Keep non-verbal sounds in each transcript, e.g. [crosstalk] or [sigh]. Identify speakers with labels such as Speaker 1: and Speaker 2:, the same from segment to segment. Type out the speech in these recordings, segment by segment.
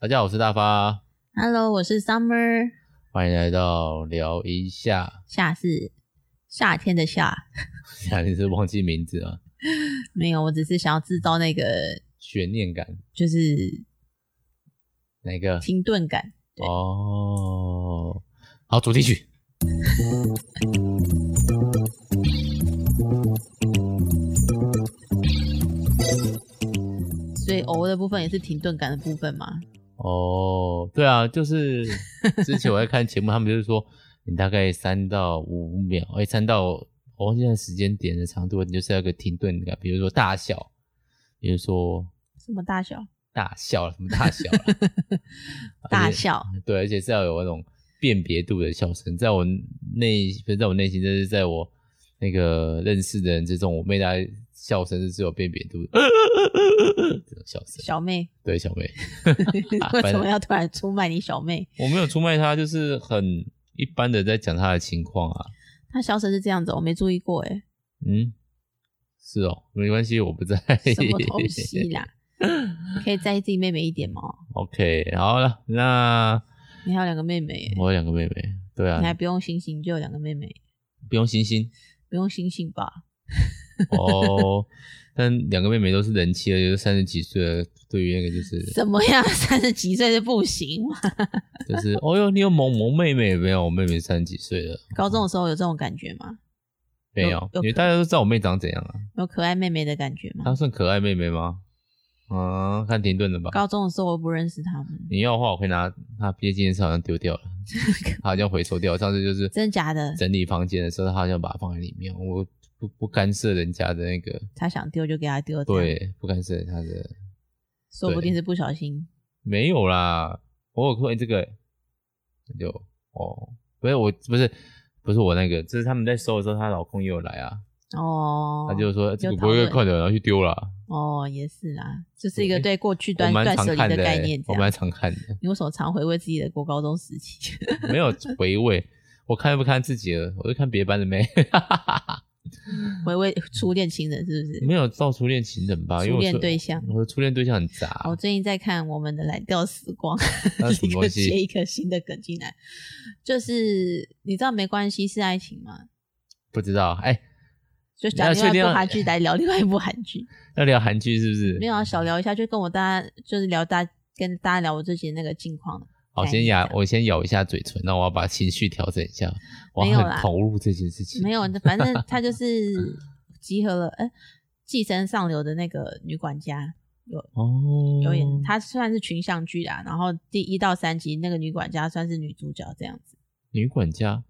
Speaker 1: 大家好，我是大发，
Speaker 2: Hello，我是 Summer，
Speaker 1: 欢迎来到聊一下。 [laughs]
Speaker 2: 夏是夏天的夏，
Speaker 1: 呀，你是忘记名字了，
Speaker 2: 没有，我只是想要制造那个
Speaker 1: 悬念感
Speaker 2: 就是
Speaker 1: 哪个？
Speaker 2: 停顿感。对
Speaker 1: 哦，好，主题曲。
Speaker 2: 所以偶的部分也是停顿感的部分嘛。
Speaker 1: 哦，对啊，就是之前我在看节目，他们就是说， [laughs] 你大概三到五秒，哎，三到我忘记那时间点的长度，你就是要有个停顿感，比如说大笑，比如说
Speaker 2: 什么大小？
Speaker 1: 大笑，什么大笑啊啦
Speaker 2: 大笑，
Speaker 1: 对，而且是要有那种辨别度的笑声，在我内，不是在我内心，就是在我那个认识的人之中，我妹她笑声是最有辨别度 [laughs] 的，这种笑声。
Speaker 2: 小妹，
Speaker 1: 对，小妹，啊
Speaker 2: [laughs] 为什么要突然出卖你小妹？
Speaker 1: 我没有出卖她，就是很一般的在讲她的情况啊。
Speaker 2: 她笑声是这样子，我没注意过哎，
Speaker 1: [laughs] 嗯，是哦，没关系，我不在意。
Speaker 2: 什么东西啦？可以在意自己妹妹一点吗？
Speaker 1: [laughs] OK，好了，那
Speaker 2: 你还有两个妹妹耶，
Speaker 1: 我有两个妹妹，对啊
Speaker 2: 你，还不用星星就有两个妹妹，
Speaker 1: 不用星星。
Speaker 2: 不用星星吧？ [laughs]
Speaker 1: 哦，但两个妹妹都是人妻了，也就是三十几岁了。对于那个就是
Speaker 2: 怎么样？ [laughs] 三十几岁就不行吗？ [laughs]
Speaker 1: 就是，哦哟，你有萌萌妹妹没有？我妹妹三十几岁了，
Speaker 2: 高中的时候有这种感觉吗？
Speaker 1: 没
Speaker 2: 有
Speaker 1: 有，因
Speaker 2: 有
Speaker 1: 为
Speaker 2: 可
Speaker 1: 大家都知道我妹长怎样啊。
Speaker 2: 有可爱妹妹的感觉吗？
Speaker 1: 她算可爱妹妹吗？嗯，看停顿了吧。
Speaker 2: 高中的时候我不认识他们， [laughs]
Speaker 1: 你要的话，我可以拿她毕业纪念册，好像丢掉了，她好像回收掉。上次就是
Speaker 2: 真假的
Speaker 1: 整理房间的时候，她好像把它放在里面，我不不干涉人家的那个，
Speaker 2: 他想丢就给他丢，，
Speaker 1: 对，不干涉她的，
Speaker 2: 说不定是不小心。
Speaker 1: 没有啦，我有看这个，那就哦，不是我，不是不是我那个，就是他们在收的时候，她老公也有来啊，
Speaker 2: 哦，
Speaker 1: 他就说这个
Speaker 2: 有
Speaker 1: 不会
Speaker 2: 讨论
Speaker 1: 看的，然后去丢了。啊
Speaker 2: 哦，也是啦，就是一个
Speaker 1: 对
Speaker 2: 对过去
Speaker 1: 我
Speaker 2: 断
Speaker 1: 蛮
Speaker 2: 断
Speaker 1: 常
Speaker 2: 舍离
Speaker 1: 看
Speaker 2: 的
Speaker 1: 的
Speaker 2: 概
Speaker 1: 欸
Speaker 2: 念。这
Speaker 1: 我
Speaker 2: 样
Speaker 1: 蛮，常看的，
Speaker 2: 你为什么常回味自己的国高中时期？ [laughs]
Speaker 1: 没有回味。我看都不看自己了，我就看别班的妹， [laughs]
Speaker 2: 回味初恋情人是不是？
Speaker 1: 没有到初恋情人吧？因为
Speaker 2: 初
Speaker 1: 我
Speaker 2: 恋
Speaker 1: 初
Speaker 2: 对象哦
Speaker 1: 我的初恋对象很杂。
Speaker 2: 我最近在看我们的《蓝调时光》
Speaker 1: 啊 [laughs] 那是什，么
Speaker 2: [laughs] 一个
Speaker 1: 东西
Speaker 2: 接一个新的梗进来，就是你知道没关系是爱情吗？
Speaker 1: 不知道，哎、
Speaker 2: 就
Speaker 1: 那
Speaker 2: 讲另外
Speaker 1: 确定
Speaker 2: 一部
Speaker 1: 要
Speaker 2: 韩剧来聊另外一部韩剧，
Speaker 1: 要聊韩剧是不是？
Speaker 2: 没有啊，小聊一下，就跟我大家就是聊大跟大家聊我自己那个近况。
Speaker 1: 好，
Speaker 2: 改
Speaker 1: 先
Speaker 2: 一
Speaker 1: 咬
Speaker 2: 下，
Speaker 1: 我先咬一下嘴唇，那我要把情绪调整一下，我
Speaker 2: 没有
Speaker 1: 要很
Speaker 2: 啦
Speaker 1: 投入这件事情。
Speaker 2: 没有，反正他就是 [laughs] 集合了，哎、寄生上流的那个女管家有
Speaker 1: 哦，
Speaker 2: 有演，她算是群像剧啦。然后第一到三集那个女管家算是女主角这样子，
Speaker 1: 女管家，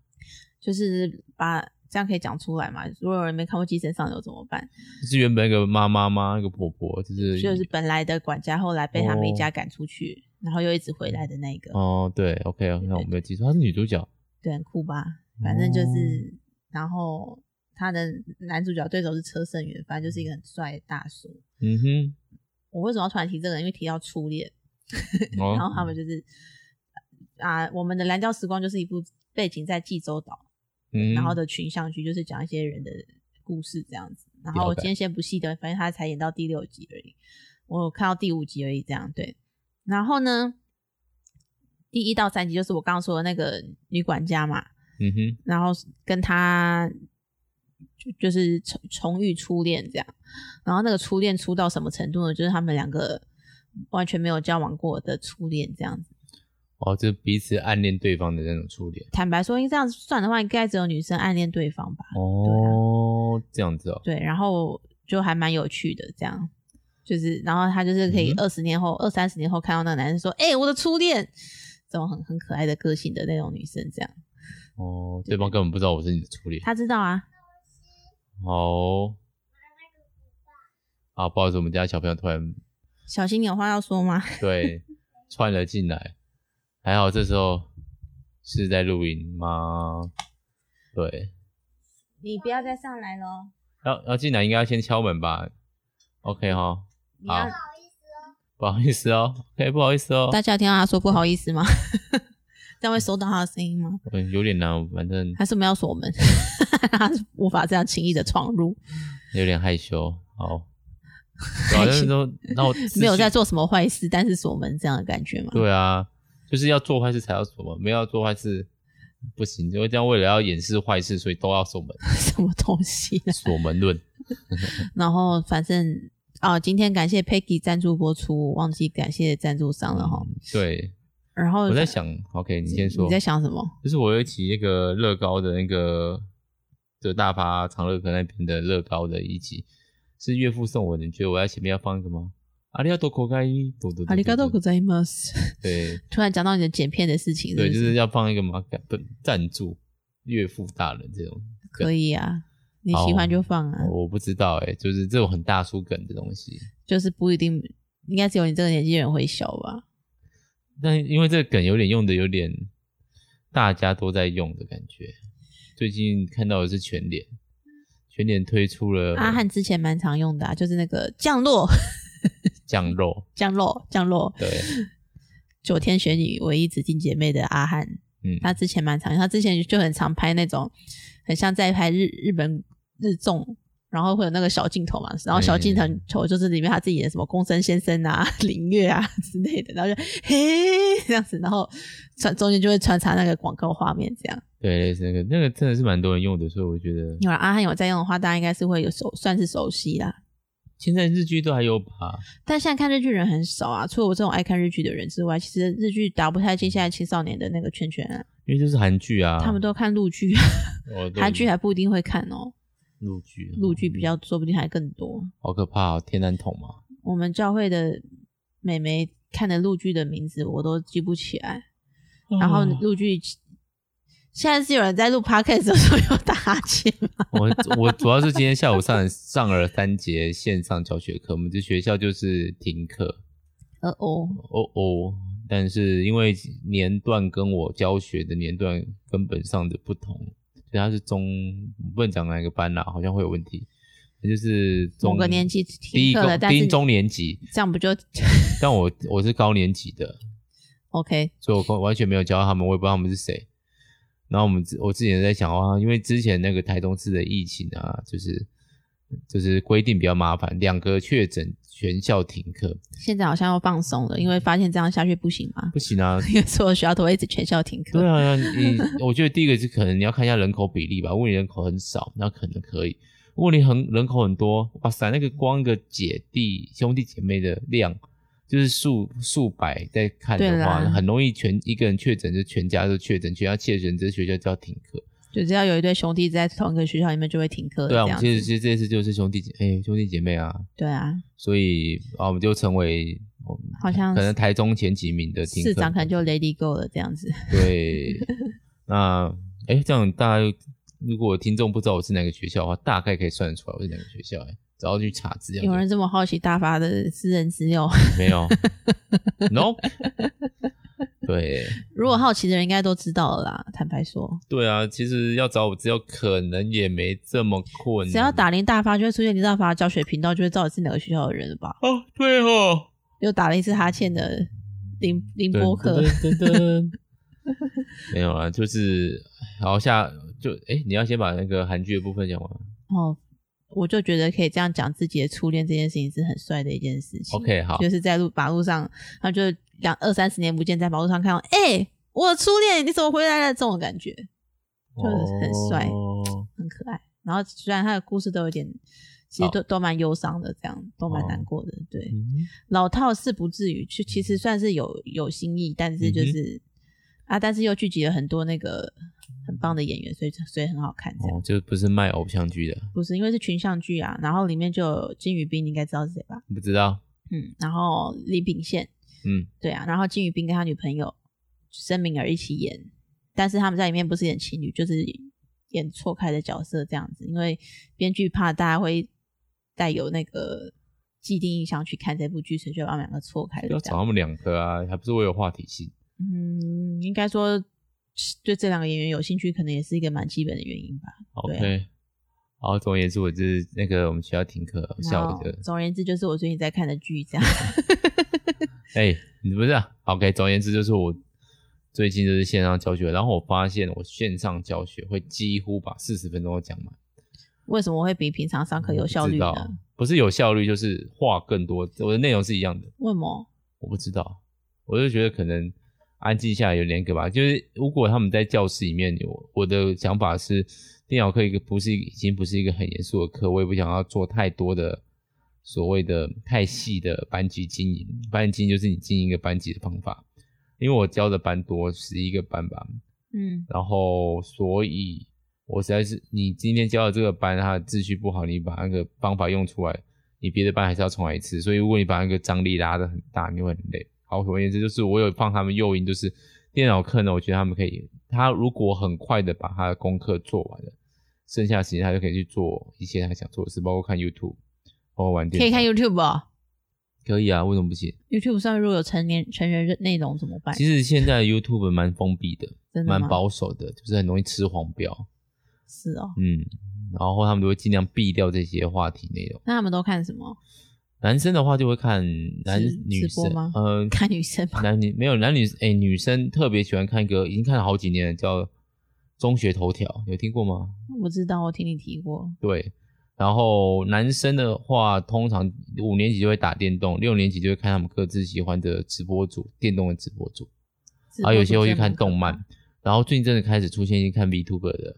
Speaker 2: 就是把这样可以讲出来嘛？如果有人没看过《寄生上流》怎么办？
Speaker 1: 就是原本那个妈妈吗？那个婆婆，就是
Speaker 2: 就是本来的管家后来被他们一家赶出去，然后又一直回来的那个，
Speaker 1: 哦，对，OK，那我没有记错，她是女主角。
Speaker 2: 对，很酷吧？反正就是，
Speaker 1: 哦
Speaker 2: 然后他的男主角对手是车胜元，反正就是一个很帅的大叔。
Speaker 1: 嗯哼，
Speaker 2: 我为什么要突然提这个？因为提到初恋，
Speaker 1: 哦
Speaker 2: [laughs] 然后他们就是啊，我们的《蓝调时光》就是一部背景在济州岛，
Speaker 1: 嗯，
Speaker 2: 然后的群像剧，就是讲一些人的故事这样子。然后
Speaker 1: 了
Speaker 2: 我
Speaker 1: 解
Speaker 2: 今天先不细的，反正他才演到第六集而已，我有看到第五集而已，这样对。然后呢，第一到三集就是我刚刚说的那个女管家嘛，
Speaker 1: 嗯哼，
Speaker 2: 然后跟他就就是重重遇初恋这样，然后那个初恋初到什么程度呢？就是他们两个完全没有交往过的初恋这样子。
Speaker 1: 哦，就是彼此暗恋对方的那种初恋。
Speaker 2: 坦白说，因为这样算的话，应该只有女生暗恋对方吧？
Speaker 1: 哦，这样子哦，
Speaker 2: 啊对，啊然后就还蛮有趣的这样。就是，然后他就是可以
Speaker 1: 嗯
Speaker 2: 二十年后、二三十年后看到那个男生说：“哎、我的初恋。”这种很很可爱的个性的那种女生，这样
Speaker 1: 哦，对方根本不知道我是你的初恋。
Speaker 2: 他知道啊，
Speaker 1: 哦，啊，不好意思，我们家小朋友突然
Speaker 2: 小新你有话要说吗？ [laughs]
Speaker 1: 对 [laughs] 窜了进来，还好这时候是在录音吗？对，
Speaker 2: 你不要再上来喽，
Speaker 1: 要要进来应该要先敲门吧？OK 哈，
Speaker 2: 你
Speaker 1: 好
Speaker 2: 要，
Speaker 1: 不好意思哦，OK，不好意思哦，
Speaker 2: 大家有听到他说不好意思吗？ [laughs] 这样会收到他的声音吗？
Speaker 1: 嗯，有点难，反正
Speaker 2: 还是我们要锁门？ [laughs] 他是无法这样轻易的闯入。 [laughs]
Speaker 1: 有点害羞。好，对啊，就是说，然后
Speaker 2: 没有在做什么坏事，但是锁门这样的感觉嘛。
Speaker 1: 对啊，就是要做坏事才要锁门，没有要做坏事不行，因为这样为了要掩饰坏事，所以都要锁门，
Speaker 2: [laughs] [laughs] 什么东西啊、
Speaker 1: 锁门论。
Speaker 2: 然后反正啊、今天感谢 Peggy 赞助播出，忘记感谢赞助商了哈。
Speaker 1: 嗯对，
Speaker 2: 然后
Speaker 1: 我在想，OK，你先说，
Speaker 2: 哦你在想什么？
Speaker 1: 就是我有一期那个乐高的那个就大发长乐哥那边的乐高的一集，是岳父送我的，你觉得我在前面要放一个吗？阿里亚多口盖伊，多多，
Speaker 2: 阿里嘎多ございます。
Speaker 1: 对
Speaker 2: 突然讲到你的剪片的事情
Speaker 1: 对，
Speaker 2: 不
Speaker 1: 就是要放一个嘛，感赞助岳父大人这种，
Speaker 2: 可以啊，你喜欢就放啊，
Speaker 1: 我不知道哎、就是这种很大叔梗的东西。
Speaker 2: 就是不一定，应该只有你这个年纪的人会笑吧？
Speaker 1: 但因为这个梗有点用的有点大家都在用的感觉。最近看到的是全脸，全脸推出了
Speaker 2: 阿汉之前蛮常用的、啊，就是那个降落、
Speaker 1: 酱肉，
Speaker 2: 降落、降落， [laughs]
Speaker 1: 对，
Speaker 2: 九天玄女唯一紫禁姐妹的阿汉，
Speaker 1: 嗯，
Speaker 2: 他之前蛮常，他之前就很常拍那种很像在拍日日本日综。然后会有那个小镜头嘛，然后小镜
Speaker 1: 嗯
Speaker 2: 头就是里面他自己的什么公孙先生啊、 [laughs] 林月啊之类的，然后就嘿这样子，然后穿中间就会穿插那个广告画面这样。
Speaker 1: 对，类似那个那个真的是蛮多人用的，所以我觉得
Speaker 2: 有啦阿汉有在用的话，大家应该是会有熟，算是熟悉啦。
Speaker 1: 现在日剧都还有吧，
Speaker 2: 但现在看日剧人很少啊，除了我这种爱看日剧的人之外，其实日剧打不太进现在青少年的那个圈圈啊，
Speaker 1: 因为就是韩剧啊，
Speaker 2: 他们都看陆剧，
Speaker 1: 我都
Speaker 2: 韩剧还不一定会看哦，
Speaker 1: 陆剧啊，
Speaker 2: 陆剧比较说不定还更多。
Speaker 1: 好可怕、哦，天然桶嘛，
Speaker 2: 我们教会的美眉看的陆剧的名字我都记不起来，然后
Speaker 1: 哦
Speaker 2: 陆剧。现在是有人在录 podcast 的时候有打哈欠吗，
Speaker 1: [laughs] 我我主要是今天下午上上了三节线上教学课，我们这学校就是停课，
Speaker 2: 呃哦，
Speaker 1: 哦哦，但是因为年段跟我教学的年段根本上的不同，所以他是中不能讲哪一个班啦、好像会有问题，就是中
Speaker 2: 某个年级
Speaker 1: 第
Speaker 2: 停
Speaker 1: 一
Speaker 2: 课了，
Speaker 1: 个
Speaker 2: 但是
Speaker 1: 低
Speaker 2: 你
Speaker 1: 中年级，
Speaker 2: 这样不就 [laughs]
Speaker 1: 但我我是高年级的，
Speaker 2: OK？
Speaker 1: 所以我完全没有教到他们，我也不知道他们是谁。然后我们之我之前在想啊，因为之前那个台中市的疫情啊，就是就是规定比较麻烦，两个确诊全校停课，
Speaker 2: 现在好像要放松了，因为发现这样下去不行嘛，
Speaker 1: 不行
Speaker 2: [laughs]
Speaker 1: 啊。
Speaker 2: 因为所有学校都会一直全校停课。
Speaker 1: 对啊，你我觉得第一个是可能你要看一下人口比例吧。如果你人口很少，那可能可以；如果你很人口很多，哇塞，那个光一个姐弟兄弟姐妹的量就是数数百在看
Speaker 2: 对
Speaker 1: 的话，
Speaker 2: 啦
Speaker 1: 很容易全一个人确诊就全家都确诊，全家确诊，这学校就要停课。
Speaker 2: 就只要有一对兄弟在同一个学校里面，就会停课。
Speaker 1: 对啊，我
Speaker 2: 这
Speaker 1: 们
Speaker 2: 样
Speaker 1: 其实
Speaker 2: 子。
Speaker 1: 其实这次就是兄弟姐哎、兄弟姐妹啊，
Speaker 2: 对啊，
Speaker 1: 所以啊我们就成为我们
Speaker 2: 好像
Speaker 1: 可能台中前几名的听
Speaker 2: 市长
Speaker 1: 课
Speaker 2: 可能就 Lady Go 了这样子。 [laughs]
Speaker 1: 对。那哎、这样大家如果听众不知道我是哪个学校的话，大概可以算得出来我是哪个学校、哎，只要去查资料就。
Speaker 2: 有人这么好奇大发的私人资料，
Speaker 1: 没有？No。对
Speaker 2: [laughs] 如果好奇的人应该都知道了啦。坦白说，
Speaker 1: 对啊，其实要找我资料可能也没这么困难。
Speaker 2: 只要打铃大发，就会出现林大发的教学频道，就会知道是哪个学校的人了吧？
Speaker 1: 哦，对哦，
Speaker 2: 又打了一次哈欠的林林波克，
Speaker 1: 噔噔噔噔 [laughs] 没有啦，就是好下就哎、你要先把那个韩剧的部分讲完。
Speaker 2: 哦，我就觉得可以这样讲自己的初恋这件事情是很帅的一件事情。
Speaker 1: OK，好
Speaker 2: 就是在路马路上，然后就两二三十年不见，在马路上看到，哎、我的初恋，你怎么回来了？这种感觉就是很帅
Speaker 1: 哦
Speaker 2: 很可爱。然后虽然他的故事都有点，其实都都蛮忧伤的，这样都蛮难过的。对，
Speaker 1: 哦嗯
Speaker 2: 老套是不至于，其其实算是有有新意，但
Speaker 1: 嗯
Speaker 2: 是就是、啊，但是又聚集了很多那个很棒的演员，所以所以很好看。这样、
Speaker 1: 哦，就不是卖偶像剧的，
Speaker 2: 不是因为是群像剧啊，然后里面就有金宇彬，你应该知道是谁吧？
Speaker 1: 不知道。
Speaker 2: 嗯，然后李秉宪，
Speaker 1: 嗯，
Speaker 2: 对啊，然后金宇彬跟他女朋友申敏儿一起演，但是他们在里面不是演情侣，就是演错开的角色这样子，因为编剧怕大家会带有那个既定印象去看这部剧，所以就把他们两个错开
Speaker 1: 要
Speaker 2: 了这
Speaker 1: 找
Speaker 2: 样。
Speaker 1: 他们两个啊，还不是我有话题性。
Speaker 2: 嗯，应该说对这两个演员有兴趣，可能也是一个蛮基本的原因吧。对
Speaker 1: OK，好，总而言之，我就是那个我们学校停课了下午
Speaker 2: 然
Speaker 1: 的
Speaker 2: 后。总而言之，就是我最近在看的剧这样。 [laughs]
Speaker 1: 哎、你不是、啊、？OK，总而言之就是我最近就是线上教学，然后我发现我线上教学会几乎把四十分钟都讲满。
Speaker 2: 为什么会比平常上课有效率
Speaker 1: 嗯不
Speaker 2: 呢
Speaker 1: 知道？不是有效率，就是话更多。我的内容是一样的，
Speaker 2: 为什么？
Speaker 1: 我不知道，我就觉得可能安静下来有点可怕。就是如果他们在教室里面，我我的想法是，电脑课一个不是已经不是一个很严肃的课，我也不想要做太多的所谓的太细的班级经营。班级经营就是你经营一个班级的方法，因为我教的班多，十一个班吧，
Speaker 2: 嗯
Speaker 1: 然后所以我实在是你今天教的这个班，它的秩序不好，你把那个方法用出来，你别的班还是要重来一次。所以如果你把那个张力拉得很大，你会很累。好，总而言之，就是我有放他们诱因，就是电脑课呢，我觉得他们可以，他如果很快的把他的功课做完了，剩下的时间他就可以去做一些他想做的事，包括看 YouTube，包括玩电
Speaker 2: 可以看
Speaker 1: 脑
Speaker 2: YouTube 哦
Speaker 1: 可以啊，为什么不行？
Speaker 2: ，YouTube 上面如果有成年成人内容怎么办？
Speaker 1: 其实现在 YouTube 蛮封闭的，
Speaker 2: 真的
Speaker 1: 蛮
Speaker 2: 吗？
Speaker 1: 保守的，就是很容易吃黄标。
Speaker 2: 是哦，
Speaker 1: 嗯，然后他们都会尽量避掉这些话题内容。
Speaker 2: 那他们都看什么？ [laughs]
Speaker 1: 男生的话就会看男
Speaker 2: 直
Speaker 1: 女
Speaker 2: 直播
Speaker 1: 生
Speaker 2: 吗，
Speaker 1: 嗯、
Speaker 2: 看女生吗？
Speaker 1: 男女没有男女，哎、女生特别喜欢看一个，已经看了好几年了，叫《中学头条》，有听过吗？
Speaker 2: 我知道，我听你提过。
Speaker 1: 对。然后男生的话，通常五年级就会打电动，六年级就会看他们各自喜欢的直播主，电动的直播主，然后啊有些会去看动漫，然后最近真的开始出现一些看 VTuber 的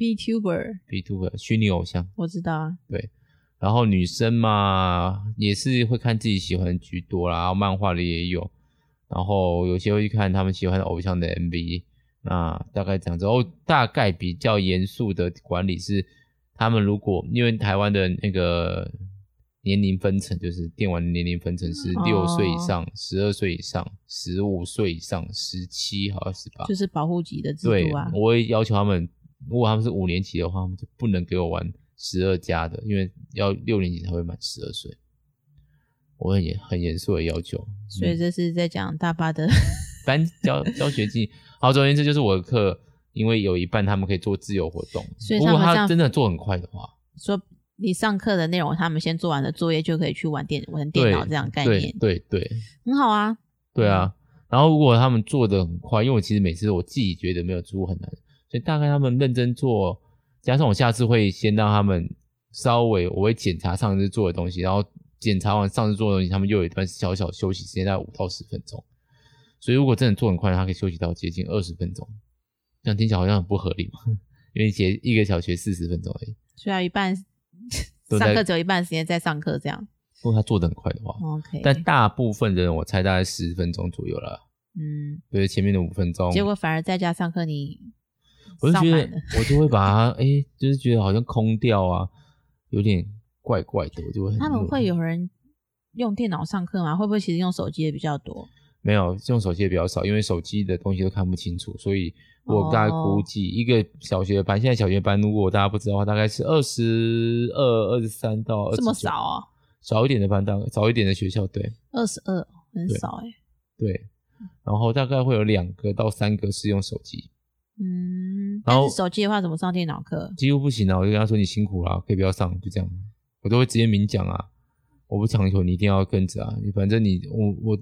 Speaker 2: ，VTuber，
Speaker 1: VTuber 虚拟偶像。
Speaker 2: 我知道啊，
Speaker 1: 然后女生嘛，也是会看自己喜欢的居多啦，然后漫画里也有，然后有些会去看他们喜欢的偶像的 MV。那大概这样子，哦，大概比较严肃的管理是，他们如果因为台湾的那个年龄分层，就是电玩的年龄分层是
Speaker 2: 哦
Speaker 1: 六岁以上、十二岁以上、十五岁以上、十七好像十八，
Speaker 2: 就是保护级的制
Speaker 1: 对
Speaker 2: 度啊，。
Speaker 1: 我会要求他们，如果他们是五年级的话，他们就不能给我玩十二加的，因为要六年级才会满十二岁。我很严很严肃的要求，嗯
Speaker 2: 所以这是在讲大巴的 [laughs]
Speaker 1: 班教教学技。好，总而言之就是我的课，因为有一半他们可以做自由活动，
Speaker 2: 所以
Speaker 1: 如
Speaker 2: 他
Speaker 1: 果
Speaker 2: 们这
Speaker 1: 他
Speaker 2: 样
Speaker 1: 真的做很快的话，
Speaker 2: 说，你上课的内容，他们先做完了作业就可以去玩电玩电
Speaker 1: 对
Speaker 2: 脑这样的概
Speaker 1: 对
Speaker 2: 念，
Speaker 1: 对对
Speaker 2: 很好啊。
Speaker 1: 对啊。然后如果他们做的很快，因为我其实每次我自己觉得没有出很难，所以大概他们认真做，加上我下次会先让他们稍微我会检查上次做的东西，然后检查完上次做的东西，他们又有一段小小休息时间，大概五到十分钟。所以如果真的做很快，他可以休息到接近二十分钟，这样听起来好像很不合理嘛， [laughs] 因为节一个小学四十分钟而已。
Speaker 2: 所以要一半
Speaker 1: 都在
Speaker 2: 上课只有一半时间在上课这样。
Speaker 1: 如果他做的很快的话，
Speaker 2: OK，
Speaker 1: 但大部分的人我猜大概十分钟左右了，
Speaker 2: 嗯，
Speaker 1: 就是前面的五分钟。
Speaker 2: 结果反而在家上课你
Speaker 1: 我就
Speaker 2: 上
Speaker 1: 觉
Speaker 2: 满
Speaker 1: 得
Speaker 2: 了，
Speaker 1: 我就会把它，哎、就是觉得好像空掉啊，有点怪怪的，我就会很
Speaker 2: 他们
Speaker 1: 弱
Speaker 2: 会有人用电脑上课吗？会不会其实用手机的比较多？
Speaker 1: 没有用手机也比较少，因为手机的东西都看不清楚，所以我大概
Speaker 2: 哦
Speaker 1: 估计一个小学班，现在小学班如果大家不知道的话，大概是二十二、二十三到二
Speaker 2: 这么少
Speaker 1: 啊，
Speaker 2: 哦，
Speaker 1: 少一点的班，大概少一点的学校，对
Speaker 2: 二十二很
Speaker 1: 对
Speaker 2: 少哎、
Speaker 1: 对，然后大概会有两个到三个是用手机，
Speaker 2: 嗯，
Speaker 1: 然后
Speaker 2: 但是手机的话怎么上电脑课？
Speaker 1: 几乎不行啊，我就跟他说你辛苦啦，可以不要上，就这样，我都会直接明讲啊，我不强求你一定要跟着啊，你反正你我我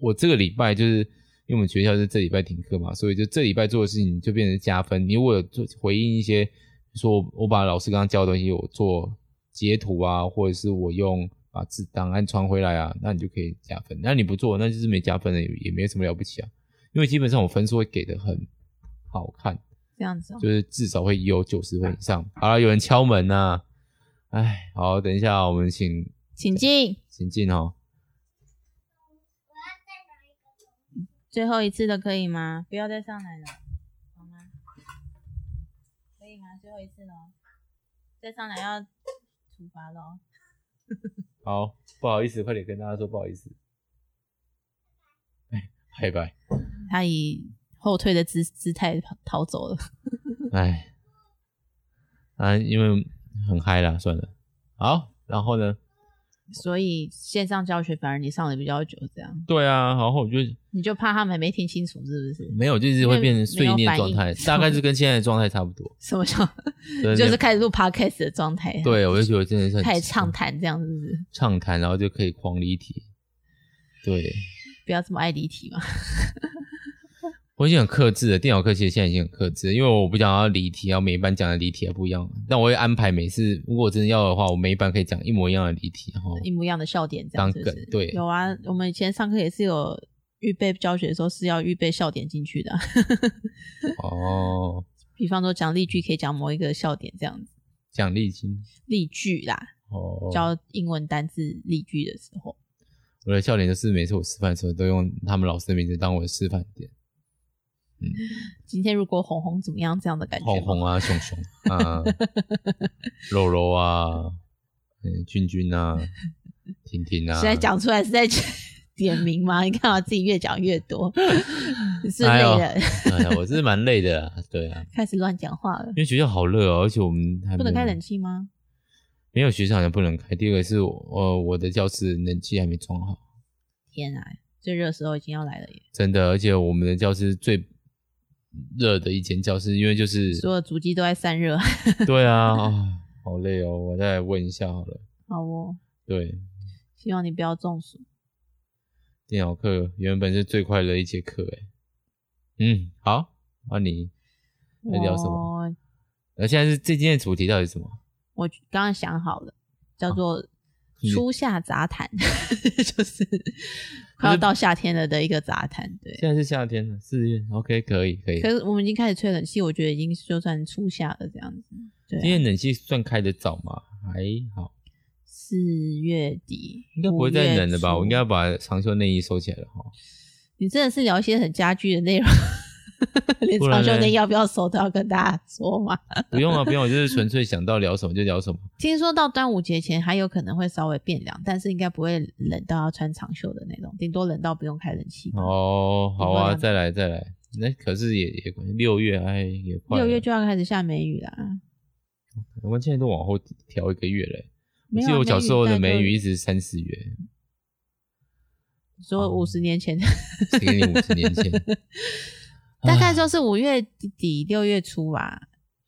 Speaker 1: 我这个礼拜就是因为我们学校是这礼拜停课嘛，所以就这礼拜做的事情就变成加分。你如果有做回应一些，说我我把老师刚刚教的东西我做截图啊，或者是我用把字档案传回来啊，那你就可以加分。那你不做，那就是没加分的，也也没什么了不起啊，因为基本上我分数会给的很好看。
Speaker 2: 这样子、哦，
Speaker 1: 就是至少会有九十分以上。好了，有人敲门呐、哎，好，等一下，我们请
Speaker 2: 请进，
Speaker 1: 请进哦。
Speaker 2: 最后一次的可以吗？不要再上来了，好吗？可以吗？最后一次喽，再上来要处罚喽。
Speaker 1: 好，不好意思，快点跟大家说不好意思。哎，拜拜。
Speaker 2: 他以后退的姿姿态逃逃走了。
Speaker 1: 哎，啊，因为很嗨啦，算了。好，然后呢？
Speaker 2: 所以线上教学反而你上的比较久，这样
Speaker 1: 对啊，然后我就
Speaker 2: 你就怕他们没听清楚，是不是？
Speaker 1: 没有，就是会变成碎念状
Speaker 2: 没
Speaker 1: 态
Speaker 2: 有反，应
Speaker 1: 大概是跟现在的状态差不多。
Speaker 2: [laughs] 什么叫
Speaker 1: 对
Speaker 2: 就是开始录 podcast 的状态？，
Speaker 1: 对，我就觉得真的是很
Speaker 2: 开始畅谈这样，是不是？
Speaker 1: 畅谈，然后就可以狂离题。对，
Speaker 2: 不要这么爱离题嘛。
Speaker 1: 我已经很克制了，电脑课其实现在已经很克制了，因为我不想要离题，然后每一班讲的离题还不一样。但我会安排每次，如果我真的要的话，我每一班可以讲一模一样的离题，然后
Speaker 2: 一模一样的笑点这样
Speaker 1: 当
Speaker 2: 子是不是
Speaker 1: 梗对
Speaker 2: 有啊，我们以前上课也是有预备教学的时候是要预备笑点进去的啊、
Speaker 1: 哦，
Speaker 2: 比方说讲例句可以讲某一个笑点这样子，
Speaker 1: 奖励金
Speaker 2: 例句啦，
Speaker 1: 哦。
Speaker 2: 教英文单字例句的时候，
Speaker 1: 我的笑点就是每次我示范的时候都用他们老师的名字当我的示范点，
Speaker 2: 今天如果红红怎么样这样的感觉吗，
Speaker 1: 红红啊、熊熊啊、柔柔啊、嗯、君君啊、婷婷啊，
Speaker 2: 现在讲出来是在 [laughs] 点名吗？你看我自己越讲越多， [laughs] 是累
Speaker 1: 哎呦
Speaker 2: 了， [laughs]
Speaker 1: 哎呀，我真是蛮累的啦，对啊，
Speaker 2: 开始乱讲话了
Speaker 1: 因。为学校好热哦，而且我们还
Speaker 2: 不
Speaker 1: 没
Speaker 2: 能开冷气吗？
Speaker 1: 没有学校好像不能开。第二个是我，呃，我的教室冷气还没装好，
Speaker 2: 天啊，最热的时候已经要来了耶！
Speaker 1: 真的，而且我们的教室最热的一间教室，因为就是
Speaker 2: 所有足迹都在散热。 [laughs]
Speaker 1: 对啊、啊好累哦，我再来问一下好了。
Speaker 2: 好哦，
Speaker 1: 对，
Speaker 2: 希望你不要中暑。
Speaker 1: 电脑课原本是最快乐的一节课，哎，嗯，好，那你在聊什么？
Speaker 2: 我
Speaker 1: 那现在是这今天的主题到底是什么？
Speaker 2: 我刚刚想好了，叫做
Speaker 1: 啊你
Speaker 2: “初夏杂谈”， [laughs] 就是快要到夏天了的一个杂谈。对，
Speaker 1: 现在是夏天了，四月，OK，可以，可以。
Speaker 2: 可是我们已经开始吹冷气，我觉得已经就算初夏了这样子。对啊、
Speaker 1: 今天冷气算开的早嘛，还好，
Speaker 2: 四月底
Speaker 1: 应该不会再冷了吧？我应。该
Speaker 2: 五
Speaker 1: 要把
Speaker 2: 月初
Speaker 1: 长袖内衣收起来了哈。
Speaker 2: 你真的是聊一些很家居的内容， [laughs] 连
Speaker 1: 不然
Speaker 2: 长袖
Speaker 1: 嘞
Speaker 2: 内要不要收都要跟大家说嘛。
Speaker 1: [laughs] 不用啊，不用，我就是纯粹想到聊什么就聊什么。
Speaker 2: 听说到端午节前还有可能会稍微变凉，但是应该不会冷到要穿长袖的那种，顶多冷到不用开冷气吧。
Speaker 1: 哦，好
Speaker 2: 不会
Speaker 1: 啊，
Speaker 2: 嗯啊
Speaker 1: 再来再来。那可是也也六月，哎，也快了
Speaker 2: 六月就要开始下梅雨啦。
Speaker 1: 我们现在都往后调一个月嘞。我
Speaker 2: 没有啊
Speaker 1: 记得我小时候的梅
Speaker 2: 梅雨大概
Speaker 1: 雨一直三四月，哦
Speaker 2: 说五十年前，
Speaker 1: [laughs] 谁给你五十年
Speaker 2: [laughs]
Speaker 1: 前？啊
Speaker 2: 大概就是五月底六月初吧。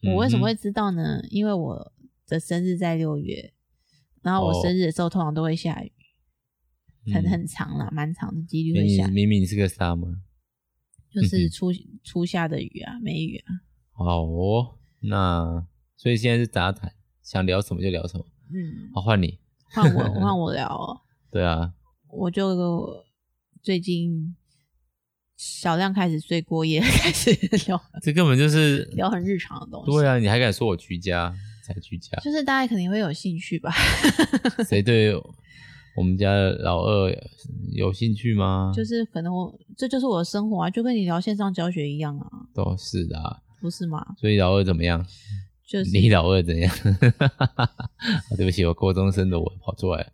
Speaker 2: 我为什
Speaker 1: 嗯
Speaker 2: 么会知道呢？因为我的生日在六月，然后
Speaker 1: 哦
Speaker 2: 我生日的时候通常都会下雨，
Speaker 1: 嗯
Speaker 2: 很很长啦，蛮长的几率
Speaker 1: 明
Speaker 2: 会
Speaker 1: 明
Speaker 2: 下，
Speaker 1: 明明是个沙漠。
Speaker 2: 就是初初下的雨啊，梅雨啊。
Speaker 1: 好哦，那所以现在是杂谈，想聊什么就聊什么。 [laughs]
Speaker 2: 嗯，
Speaker 1: 好，换你。
Speaker 2: 换我换我聊哦。
Speaker 1: 对啊，
Speaker 2: 我就最近少量开始睡过夜， [laughs] 开始聊
Speaker 1: 这根本就是
Speaker 2: 聊很日常的东西。
Speaker 1: 对啊，你还敢说我居家才居家？
Speaker 2: 就是大家肯定会有兴趣吧，
Speaker 1: 谁对我们家的老二有兴趣吗？
Speaker 2: 就是可能我这就是我的生活啊，就跟你聊线上教学一样啊，
Speaker 1: 都是的啊，
Speaker 2: 不是吗？
Speaker 1: 所以老二怎么样？
Speaker 2: 就是
Speaker 1: 你老二怎样？ [laughs] 啊对不起，我高中生的我跑出来了。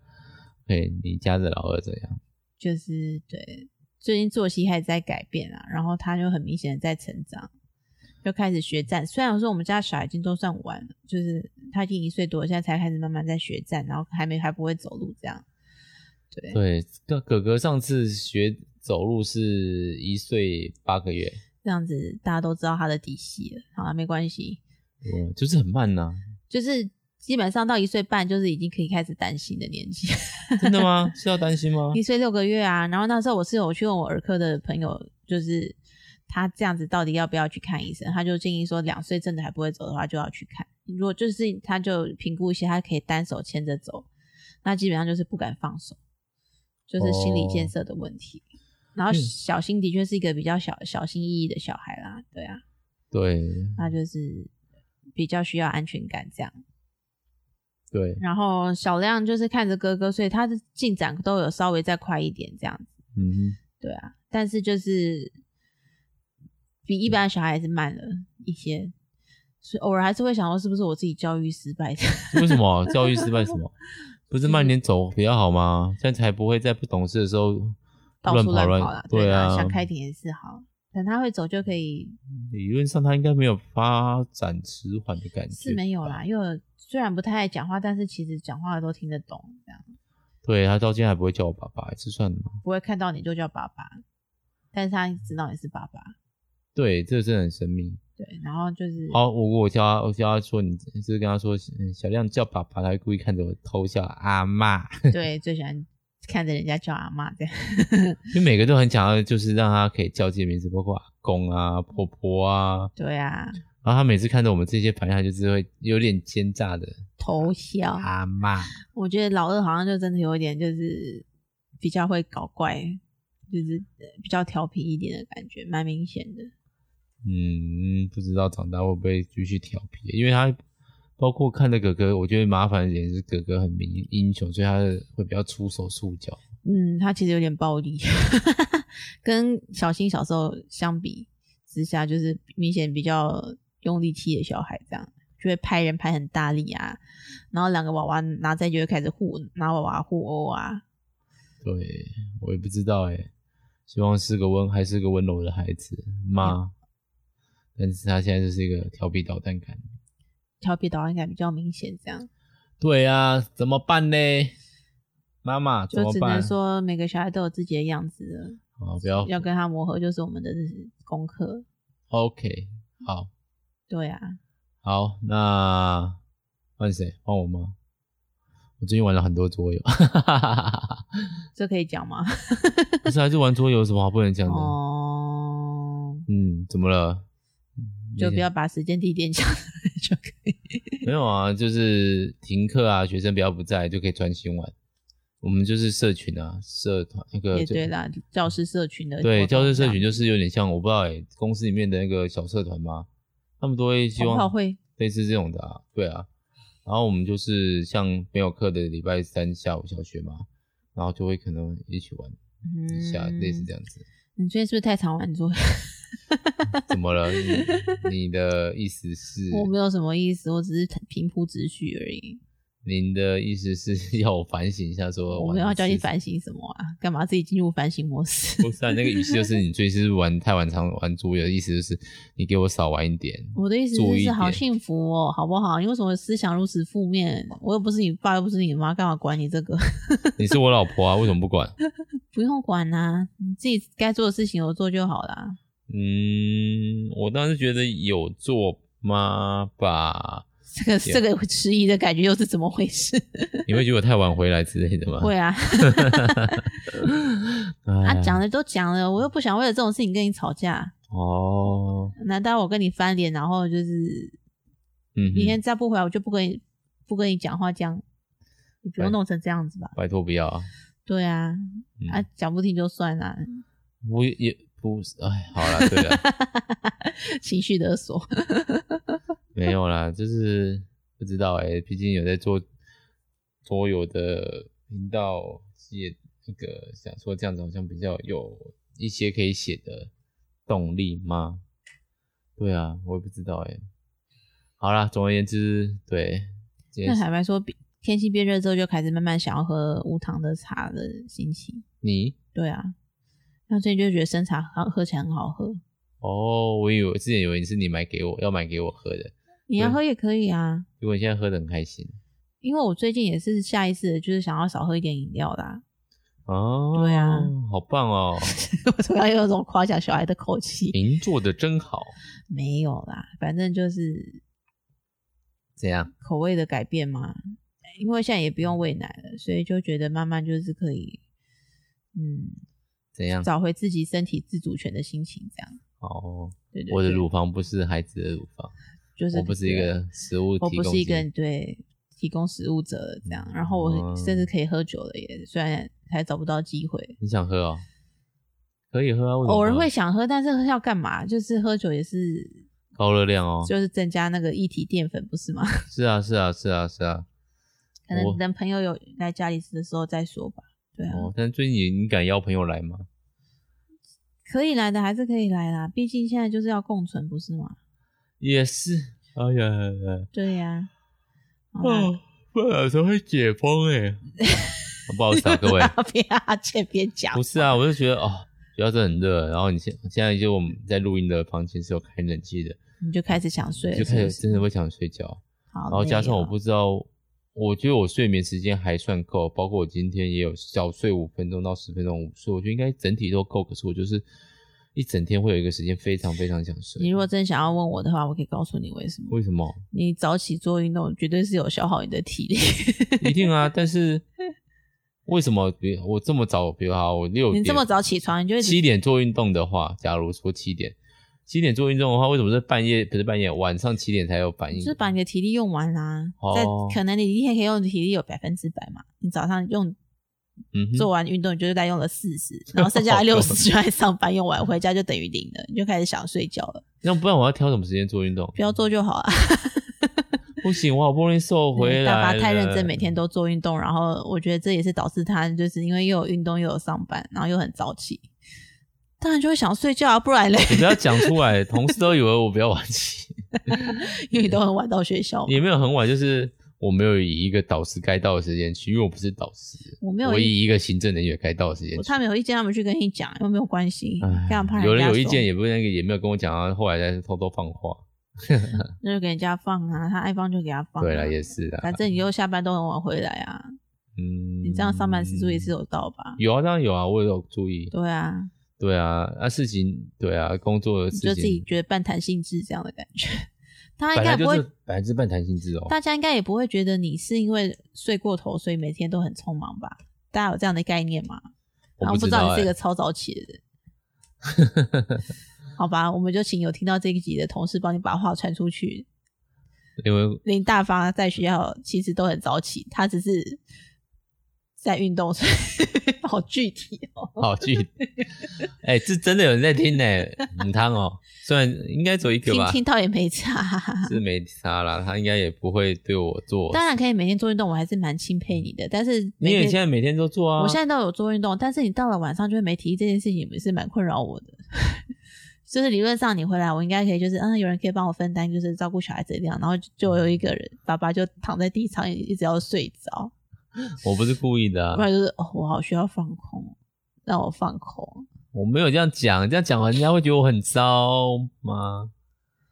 Speaker 1: 对，你家的老二怎样？
Speaker 2: 就是对，最近作息开始在改变啊，然后他就很明显的在成长，就开始学站。虽然说我们家小孩已经都算晚了，就是他已经一岁多了，现在才开始慢慢在学站，然后还没还不会走路这样。对，
Speaker 1: 对，哥哥哥上次学走路是一岁八个月，
Speaker 2: 这样子大家都知道他的底细了。好了，没关系，
Speaker 1: 嗯，就是很慢呐、
Speaker 2: 就是基本上到一岁半就是已经可以开始担心的年纪，
Speaker 1: 真的吗？是要担心吗
Speaker 2: [laughs] 一？岁六个月啊。然后那时候我是有去问我儿科的朋友，就是他这样子到底要不要去看医生，他就建议说两岁真的还不会走的话就要去看。如果就是他就评估一些，他可以单手牵着走，那基本上就是不敢放手，就是心理建设的问题。然后
Speaker 1: 嗯
Speaker 2: 小新的确是一个比较小小心翼翼的小孩啦，对啊。
Speaker 1: 对
Speaker 2: 那就是比较需要安全感这样。
Speaker 1: 对，
Speaker 2: 然后小亮就是看着哥哥，所以他的进展都有稍微再快一点这样子，
Speaker 1: 嗯
Speaker 2: 对啊。但是就是比一般的小孩还是慢了一些，所以偶尔还是会想说，是不是我自己教育失败的？ [laughs]
Speaker 1: 哼，为什么教育失败？什么？不是慢点走比较好吗？这样才不会在不懂事的时候
Speaker 2: 到
Speaker 1: 乱
Speaker 2: 处
Speaker 1: 跑
Speaker 2: 乱跑啦
Speaker 1: 乱。，
Speaker 2: 对
Speaker 1: 啊，
Speaker 2: 想开点也是好。等他会走就可以，
Speaker 1: 理论上他应该没有发展迟缓的感觉，
Speaker 2: 是没有。啦。因为我虽然不太爱讲话，但是其实讲话都听得懂，这样
Speaker 1: 对他到现在还不会叫我爸爸，这算吗？
Speaker 2: 不会看到你就叫爸爸，但是他知道你是爸爸。
Speaker 1: 对，这真的很神秘。
Speaker 2: 对，然后就是
Speaker 1: 好，我我叫他，我叫他说嗯你，就是跟他说，嗯，小亮叫爸爸，他会故意看着我偷笑，阿妈。 [laughs]
Speaker 2: 对最喜欢看着人家叫阿妈这样。 [laughs]
Speaker 1: 因为每个都很想要，就是让他可以叫自己的名字，包括阿公啊、婆婆啊。
Speaker 2: 对啊，
Speaker 1: 然后他每次看到我们这些反应，他就是会有点奸诈的
Speaker 2: 偷笑。
Speaker 1: 阿妈。
Speaker 2: 我觉得老二好像就真的有一点，就是比较会搞怪，就是呃比较调皮一点的感觉，蛮明显的。
Speaker 1: 嗯，不知道长大会不会继续调皮，因为他包括看的哥哥，我觉得麻烦的点是哥哥很明英雄，所以他会比较出手出脚。
Speaker 2: 嗯，他其实有点暴力， [laughs] 跟小新小时候相比之下，就是明显比较用力气的小孩，这样就会拍人拍很大力啊，然后两个娃娃拿在就会开始互拿娃娃互殴啊，
Speaker 1: 对我也不知道哎、希望是个温还是个温柔的孩子妈，但是他现在就是一个调皮捣蛋感。
Speaker 2: 调皮捣蛋感比较明显，这样
Speaker 1: 对啊，怎么办呢？妈妈怎
Speaker 2: 就
Speaker 1: 么
Speaker 2: 只
Speaker 1: 办
Speaker 2: 能？说每个小孩都有自己的样子了。
Speaker 1: 啊，不要
Speaker 2: 要跟他磨合，就是我们的功课。
Speaker 1: OK，好
Speaker 2: 对啊，
Speaker 1: 好，那换谁？换我吗？我最近玩了很多桌
Speaker 2: [laughs]
Speaker 1: 游。
Speaker 2: 这可以讲吗？
Speaker 1: 不是还是玩桌游有什么好不能讲的？
Speaker 2: 哦，
Speaker 1: 嗯，怎么了？
Speaker 2: 就不要把时间地点 [laughs] 讲出来就可以。
Speaker 1: 没有啊，就是停课啊，学生不要不在就可以专心玩。我们就是社群啊，社团那个
Speaker 2: 也
Speaker 1: 就
Speaker 2: 对啦，教师社群的
Speaker 1: 对
Speaker 2: 活动
Speaker 1: 教师社
Speaker 2: 这
Speaker 1: 群
Speaker 2: 样
Speaker 1: 就是有点像我不知道哎、公司里面的那个小社团嘛，他们都会希
Speaker 2: 同好
Speaker 1: 望
Speaker 2: 会
Speaker 1: 类似这种的啊，对啊。然后我们就是像没有课的礼拜三下午小学嘛，然后就会可能一起玩一下，类似这。样子。
Speaker 2: 嗯你最近是不是太常玩桌游？
Speaker 1: 怎么了？你你的意思是？
Speaker 2: 我没有什么意思，我只是平铺直叙而已。
Speaker 1: 您的意思是 [laughs] 要我反省一下，说
Speaker 2: 我没有要叫你
Speaker 1: 省。
Speaker 2: 反省什么啊？干嘛自己进入反省
Speaker 1: [laughs]
Speaker 2: 模式？ [laughs]
Speaker 1: 不是啊，那个语气就是你最近是玩太晚常玩桌游，的意思就是你给我少玩一点。
Speaker 2: 我的意思
Speaker 1: 注
Speaker 2: 是，
Speaker 1: 意一
Speaker 2: 是好
Speaker 1: 点
Speaker 2: 幸福哦，好不好？你为什么思想如此负面？我又不是你爸，又不是你妈，干嘛管你这个？ [laughs]
Speaker 1: 你是我老婆啊，为什么不 [laughs] 管？
Speaker 2: 不用管呐、你自己该做的事情有做就好啦。
Speaker 1: 嗯，我当时觉得有做吗吧？
Speaker 2: 这个这个迟疑的感觉又是怎么回事？ [laughs]
Speaker 1: 你会觉得我太晚回来之类的吗？
Speaker 2: 会啊，
Speaker 1: 哎
Speaker 2: 啊，讲的都讲了，我又不想为了这种事情跟你吵架。
Speaker 1: 哦，
Speaker 2: 难道我跟你翻脸，然后就是
Speaker 1: 嗯哼，
Speaker 2: 明天再不回来，我就不跟你不跟你讲话这样？你不用
Speaker 1: 对
Speaker 2: 弄成这样子吧？
Speaker 1: 拜托不要啊！
Speaker 2: 对啊，
Speaker 1: 嗯
Speaker 2: 啊，讲不听就算啦，
Speaker 1: 我也也不是，哎，好了，对了，
Speaker 2: [laughs] 情绪勒索。
Speaker 1: 没有啦，就是不知道哎、毕竟有在做桌游的频道，也那个想说这样子好像比较有一些可以写的动力吗？对啊，我也不知道哎、好啦，总而言之，对，今天
Speaker 2: 那坦白说，比天气变热之后，就开始慢慢想要喝无糖的茶的心情。
Speaker 1: 你
Speaker 2: 对啊，那最近就觉得生茶喝喝起来很好喝。
Speaker 1: 哦，我以为之前以为是你买给我，要买给我喝的，
Speaker 2: 你要
Speaker 1: 对
Speaker 2: 喝也可以啊，
Speaker 1: 结果你现在喝的很开心
Speaker 2: 因为我最近也是下意识的，就是想要少喝一点饮料啦。
Speaker 1: 哦，
Speaker 2: 对啊，
Speaker 1: 好棒 [laughs] 哦，
Speaker 2: [laughs] 我突然有一种夸奖小孩的口气，
Speaker 1: 您做的真好，
Speaker 2: 没有啦，反正就是
Speaker 1: 怎样？
Speaker 2: 口味的改变嘛。因为现在也不用喂奶了，所以就觉得慢慢就是可以，嗯，
Speaker 1: 怎样？
Speaker 2: 找回自己身体自主权的心情，这样。
Speaker 1: 哦。
Speaker 2: 对对
Speaker 1: 我的
Speaker 2: 对
Speaker 1: 乳房不是孩子的乳房，
Speaker 2: 就是
Speaker 1: 我不是一个食物
Speaker 2: 我
Speaker 1: 提
Speaker 2: 不
Speaker 1: 供
Speaker 2: 是一个
Speaker 1: 者
Speaker 2: 对提供食物者了这样，然后我
Speaker 1: 嗯
Speaker 2: 甚至可以喝酒了耶，虽然还找不到机会，
Speaker 1: 你想喝哦？可以喝啊，为什么不喝
Speaker 2: 偶尔会想喝，但是喝要干嘛？就是喝酒也是，
Speaker 1: 高热量哦。
Speaker 2: 就是增加那个液体淀粉，不是吗？ [laughs]
Speaker 1: 是啊，是啊，是啊，是啊。
Speaker 2: 可能
Speaker 1: 我
Speaker 2: 等朋友有来家里吃的时候再说吧。对啊，
Speaker 1: 哦，但最近你你敢邀朋友来吗？
Speaker 2: 可以来的还是可以来啦，毕竟现在就是要共存，不是
Speaker 1: [laughs]
Speaker 2: 吗？
Speaker 1: 也是，哎呀，哎呀
Speaker 2: 对呀、好啦
Speaker 1: 哦，不然都会解封
Speaker 2: [laughs]
Speaker 1: 哎。不好意思啊，各位，
Speaker 2: 别啊，切别讲，
Speaker 1: 不是啊，我就觉得哦，主要是很热，然后你现现在就我们在录音的房间是有开冷气的，
Speaker 2: 你就开始想睡了，
Speaker 1: 就开始
Speaker 2: 是不是
Speaker 1: 真的会想睡觉。
Speaker 2: 好累哦，
Speaker 1: 然后加上我不知道，我觉得我睡眠时间还算够，包括我今天也有小睡五分钟到十分钟午睡，我觉得应该整体都够。可是我就是一整天会有一个时间非常非常想睡。
Speaker 2: 你如果真想要问我的话，我可以告诉你为什么。
Speaker 1: 为什么？[laughs]
Speaker 2: 你早起做运动绝对是有消耗你的体力，
Speaker 1: 一定啊！但是为什么比我这么早？比如好，我六
Speaker 2: 你
Speaker 1: 点
Speaker 2: 这么早起床，你就一直
Speaker 1: 七点做运动的话，假如说七点七点做运动的话，为什么是半夜不是半夜晚上七点才有反应？
Speaker 2: 就是把你的体力用完啦、
Speaker 1: 哦
Speaker 2: 在可能你一天可以用的体力有百分之百嘛，你早上用
Speaker 1: 嗯哼
Speaker 2: 做完运动，你就是再用了四
Speaker 1: [laughs]
Speaker 2: 十，然后剩下
Speaker 1: 好
Speaker 2: 的
Speaker 1: 多
Speaker 2: 六十就来上班，用完回家就等于零了，你就开始想睡觉了。
Speaker 1: 那不然我要挑什么时间做运动？
Speaker 2: 不要做就好了。啊
Speaker 1: 不行，我好不容易瘦回来。
Speaker 2: 大发太认真，每天。都做运动，然后我觉得这也是导致他就是因为又有运动又有上班，然后又很早起，当然就会想睡觉啊，不然嘞，
Speaker 1: 你不要讲出来，同事都以为我比较晚起， [laughs]
Speaker 2: 因为你都很晚到学校嘛。
Speaker 1: 也没有很晚，就是我没有以一个导师该到的时间去，因为我不是导师，
Speaker 2: 我没有
Speaker 1: 我
Speaker 2: 意，
Speaker 1: 以一个行政人员该到的时间
Speaker 2: 我
Speaker 1: 去。
Speaker 2: 他们有意见，他们去跟你讲，又没有关系，
Speaker 1: 唉
Speaker 2: 这样怕
Speaker 1: 有
Speaker 2: 人
Speaker 1: 人
Speaker 2: 家
Speaker 1: 有意
Speaker 2: 说
Speaker 1: 见，也不那个，也没有跟我讲啊，后来才偷偷放话。
Speaker 2: 那就给人家放啊，他爱放就给他放、啊。
Speaker 1: 对了，也是啊，
Speaker 2: 反正你又下班都很晚回来啊，
Speaker 1: 嗯，
Speaker 2: 你这样上班时数也是有到吧？
Speaker 1: 有啊，当然有啊，我也有注意。
Speaker 2: 对啊，
Speaker 1: 对啊，啊事情对啊，工作的
Speaker 2: 你
Speaker 1: 事
Speaker 2: 就
Speaker 1: 情
Speaker 2: 自己觉得半弹性质这样的感觉，大
Speaker 1: [laughs]
Speaker 2: 家应
Speaker 1: 本
Speaker 2: 该
Speaker 1: 来
Speaker 2: 也不
Speaker 1: 就
Speaker 2: 会
Speaker 1: 是百分之半弹性自由。
Speaker 2: 大家应该也不会觉得你是因为睡过头，所以每天都很匆忙吧？大家有这样的概念吗？
Speaker 1: 我
Speaker 2: 然后
Speaker 1: 不
Speaker 2: 知道你
Speaker 1: 哎
Speaker 2: 是一个超早起的
Speaker 1: [laughs]
Speaker 2: 人。好吧，我们就请有听到这一集的同事帮你把话传出去。
Speaker 1: 因
Speaker 2: [laughs]
Speaker 1: 为
Speaker 2: 林大发在学校其实都很早起，他只是在运动，所以 [laughs] 好具体哦。
Speaker 1: 好
Speaker 2: [laughs]
Speaker 1: 剧，哎，这真的有人在听呢，很汤哦。虽然应该只有一个
Speaker 2: 听
Speaker 1: 吧，
Speaker 2: 听啊到也没差。
Speaker 1: 是没差啦，他应该也不会对我做。
Speaker 2: 当然可以每天做运动，我还是蛮钦佩你的。但是
Speaker 1: 你
Speaker 2: 每
Speaker 1: 也
Speaker 2: 天
Speaker 1: 现在每天都做啊，
Speaker 2: 我现在都有做运动，但是你到了晚上就会没体力这件事情，也是蛮困扰我的。 [laughs] 就是理论上你回来，我应该可以，就是嗯，有人可以帮我分担，就是照顾小孩子这样。然后就有一个人，爸爸就躺在地上一直要睡着，
Speaker 1: 我不是故意的啊
Speaker 2: 不，然就是哦，我好需要放空，让我放空。
Speaker 1: 我没有这样讲，这样讲完人家会觉得我很糟吗？ [laughs]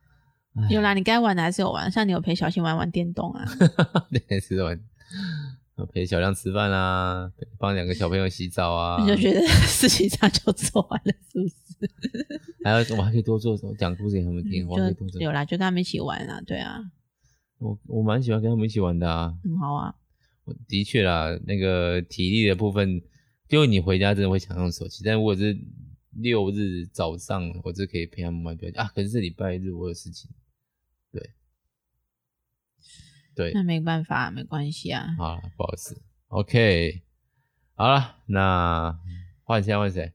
Speaker 2: 有啦，你该玩的还是有玩，像你有陪小新玩玩电动啊，
Speaker 1: 对，吃完陪小亮吃饭啊，帮两个小朋友洗澡啊，
Speaker 2: [laughs] 你就觉得事情上就做完了，是不是？
Speaker 1: 还有我还可以多做什么讲故事给他们听，我还可以多
Speaker 2: 嗯就
Speaker 1: 做。
Speaker 2: 有啦，就跟他们一起玩啊，对啊，
Speaker 1: 我我蛮喜欢跟他们一起玩的啊，
Speaker 2: 很好啊。
Speaker 1: 我的确啦，那个体力的部分，就你回家真的会想用手机，但如果是六日早上，我是可以陪他们玩比较久啊。可是这礼拜日我有事情，对，对，
Speaker 2: 那没办法，没关系啊。
Speaker 1: 好了，不好意思，OK，好了，那换谁啊换谁？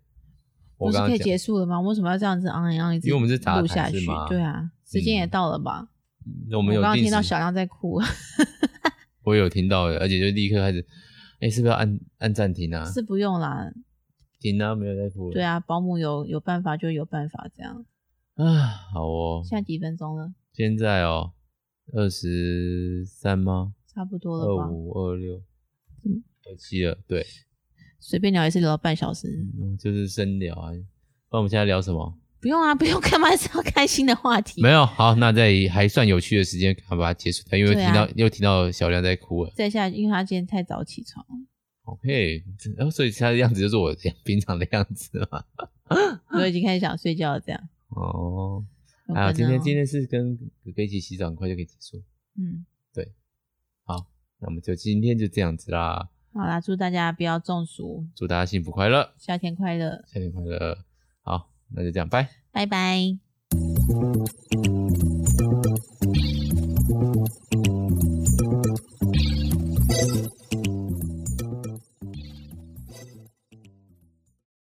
Speaker 1: 我
Speaker 2: 不是
Speaker 1: 刚
Speaker 2: 可
Speaker 1: 刚
Speaker 2: 以
Speaker 1: 讲
Speaker 2: 结束了吗？为什么要这样子昂昂一直
Speaker 1: 因为我们是杂
Speaker 2: 录下
Speaker 1: 谈是
Speaker 2: 去
Speaker 1: 吗？
Speaker 2: 对啊，时间也
Speaker 1: 嗯
Speaker 2: 到了吧？
Speaker 1: 那我
Speaker 2: 我
Speaker 1: 们有
Speaker 2: 刚刚
Speaker 1: 定
Speaker 2: 听到
Speaker 1: 时啊
Speaker 2: 小亮在哭，
Speaker 1: 我有听到的，而且就立刻开始，哎、是不是要按按暂停啊？
Speaker 2: [laughs] 是不用啦。
Speaker 1: 停啊，没有在哭了。
Speaker 2: 对啊，保姆有有办法就有办法这样。
Speaker 1: 啊，好哦，
Speaker 2: 现在几分钟了？
Speaker 1: 现在哦，二十三吗？
Speaker 2: 差不多
Speaker 1: 二
Speaker 2: 了吧？
Speaker 1: 五二六
Speaker 2: 嗯，
Speaker 1: 二七了，对，
Speaker 2: 随便聊也是聊到半小时。
Speaker 1: 嗯就是深聊啊。那我们现在聊什么？
Speaker 2: 不用啊，不 [laughs] 用干嘛？是要开心的话题
Speaker 1: 没。有，好，那在还算有趣的时间，赶快把它结束掉，因为
Speaker 2: 对
Speaker 1: 听
Speaker 2: 啊
Speaker 1: 到、又听到小亮在哭了。
Speaker 2: 再下来，因为他今天太早起床了，
Speaker 1: OK，然后所以他的样子就是我这样平常的样子嘛。 [laughs]
Speaker 2: 我已经开始想睡觉了。这样，
Speaker 1: 哦，
Speaker 2: 有
Speaker 1: 啊，
Speaker 2: 可
Speaker 1: 今
Speaker 2: 能
Speaker 1: 天
Speaker 2: 哦
Speaker 1: 今天是跟哥哥一起洗澡，很快就可以结束。
Speaker 2: 嗯，
Speaker 1: 那我们就今天就这样子啦，
Speaker 2: 好啦，祝大家不要中暑，
Speaker 1: 祝大家幸福快乐，
Speaker 2: 夏天快乐，
Speaker 1: 夏天快乐。好，那就这样，拜。
Speaker 2: 拜拜。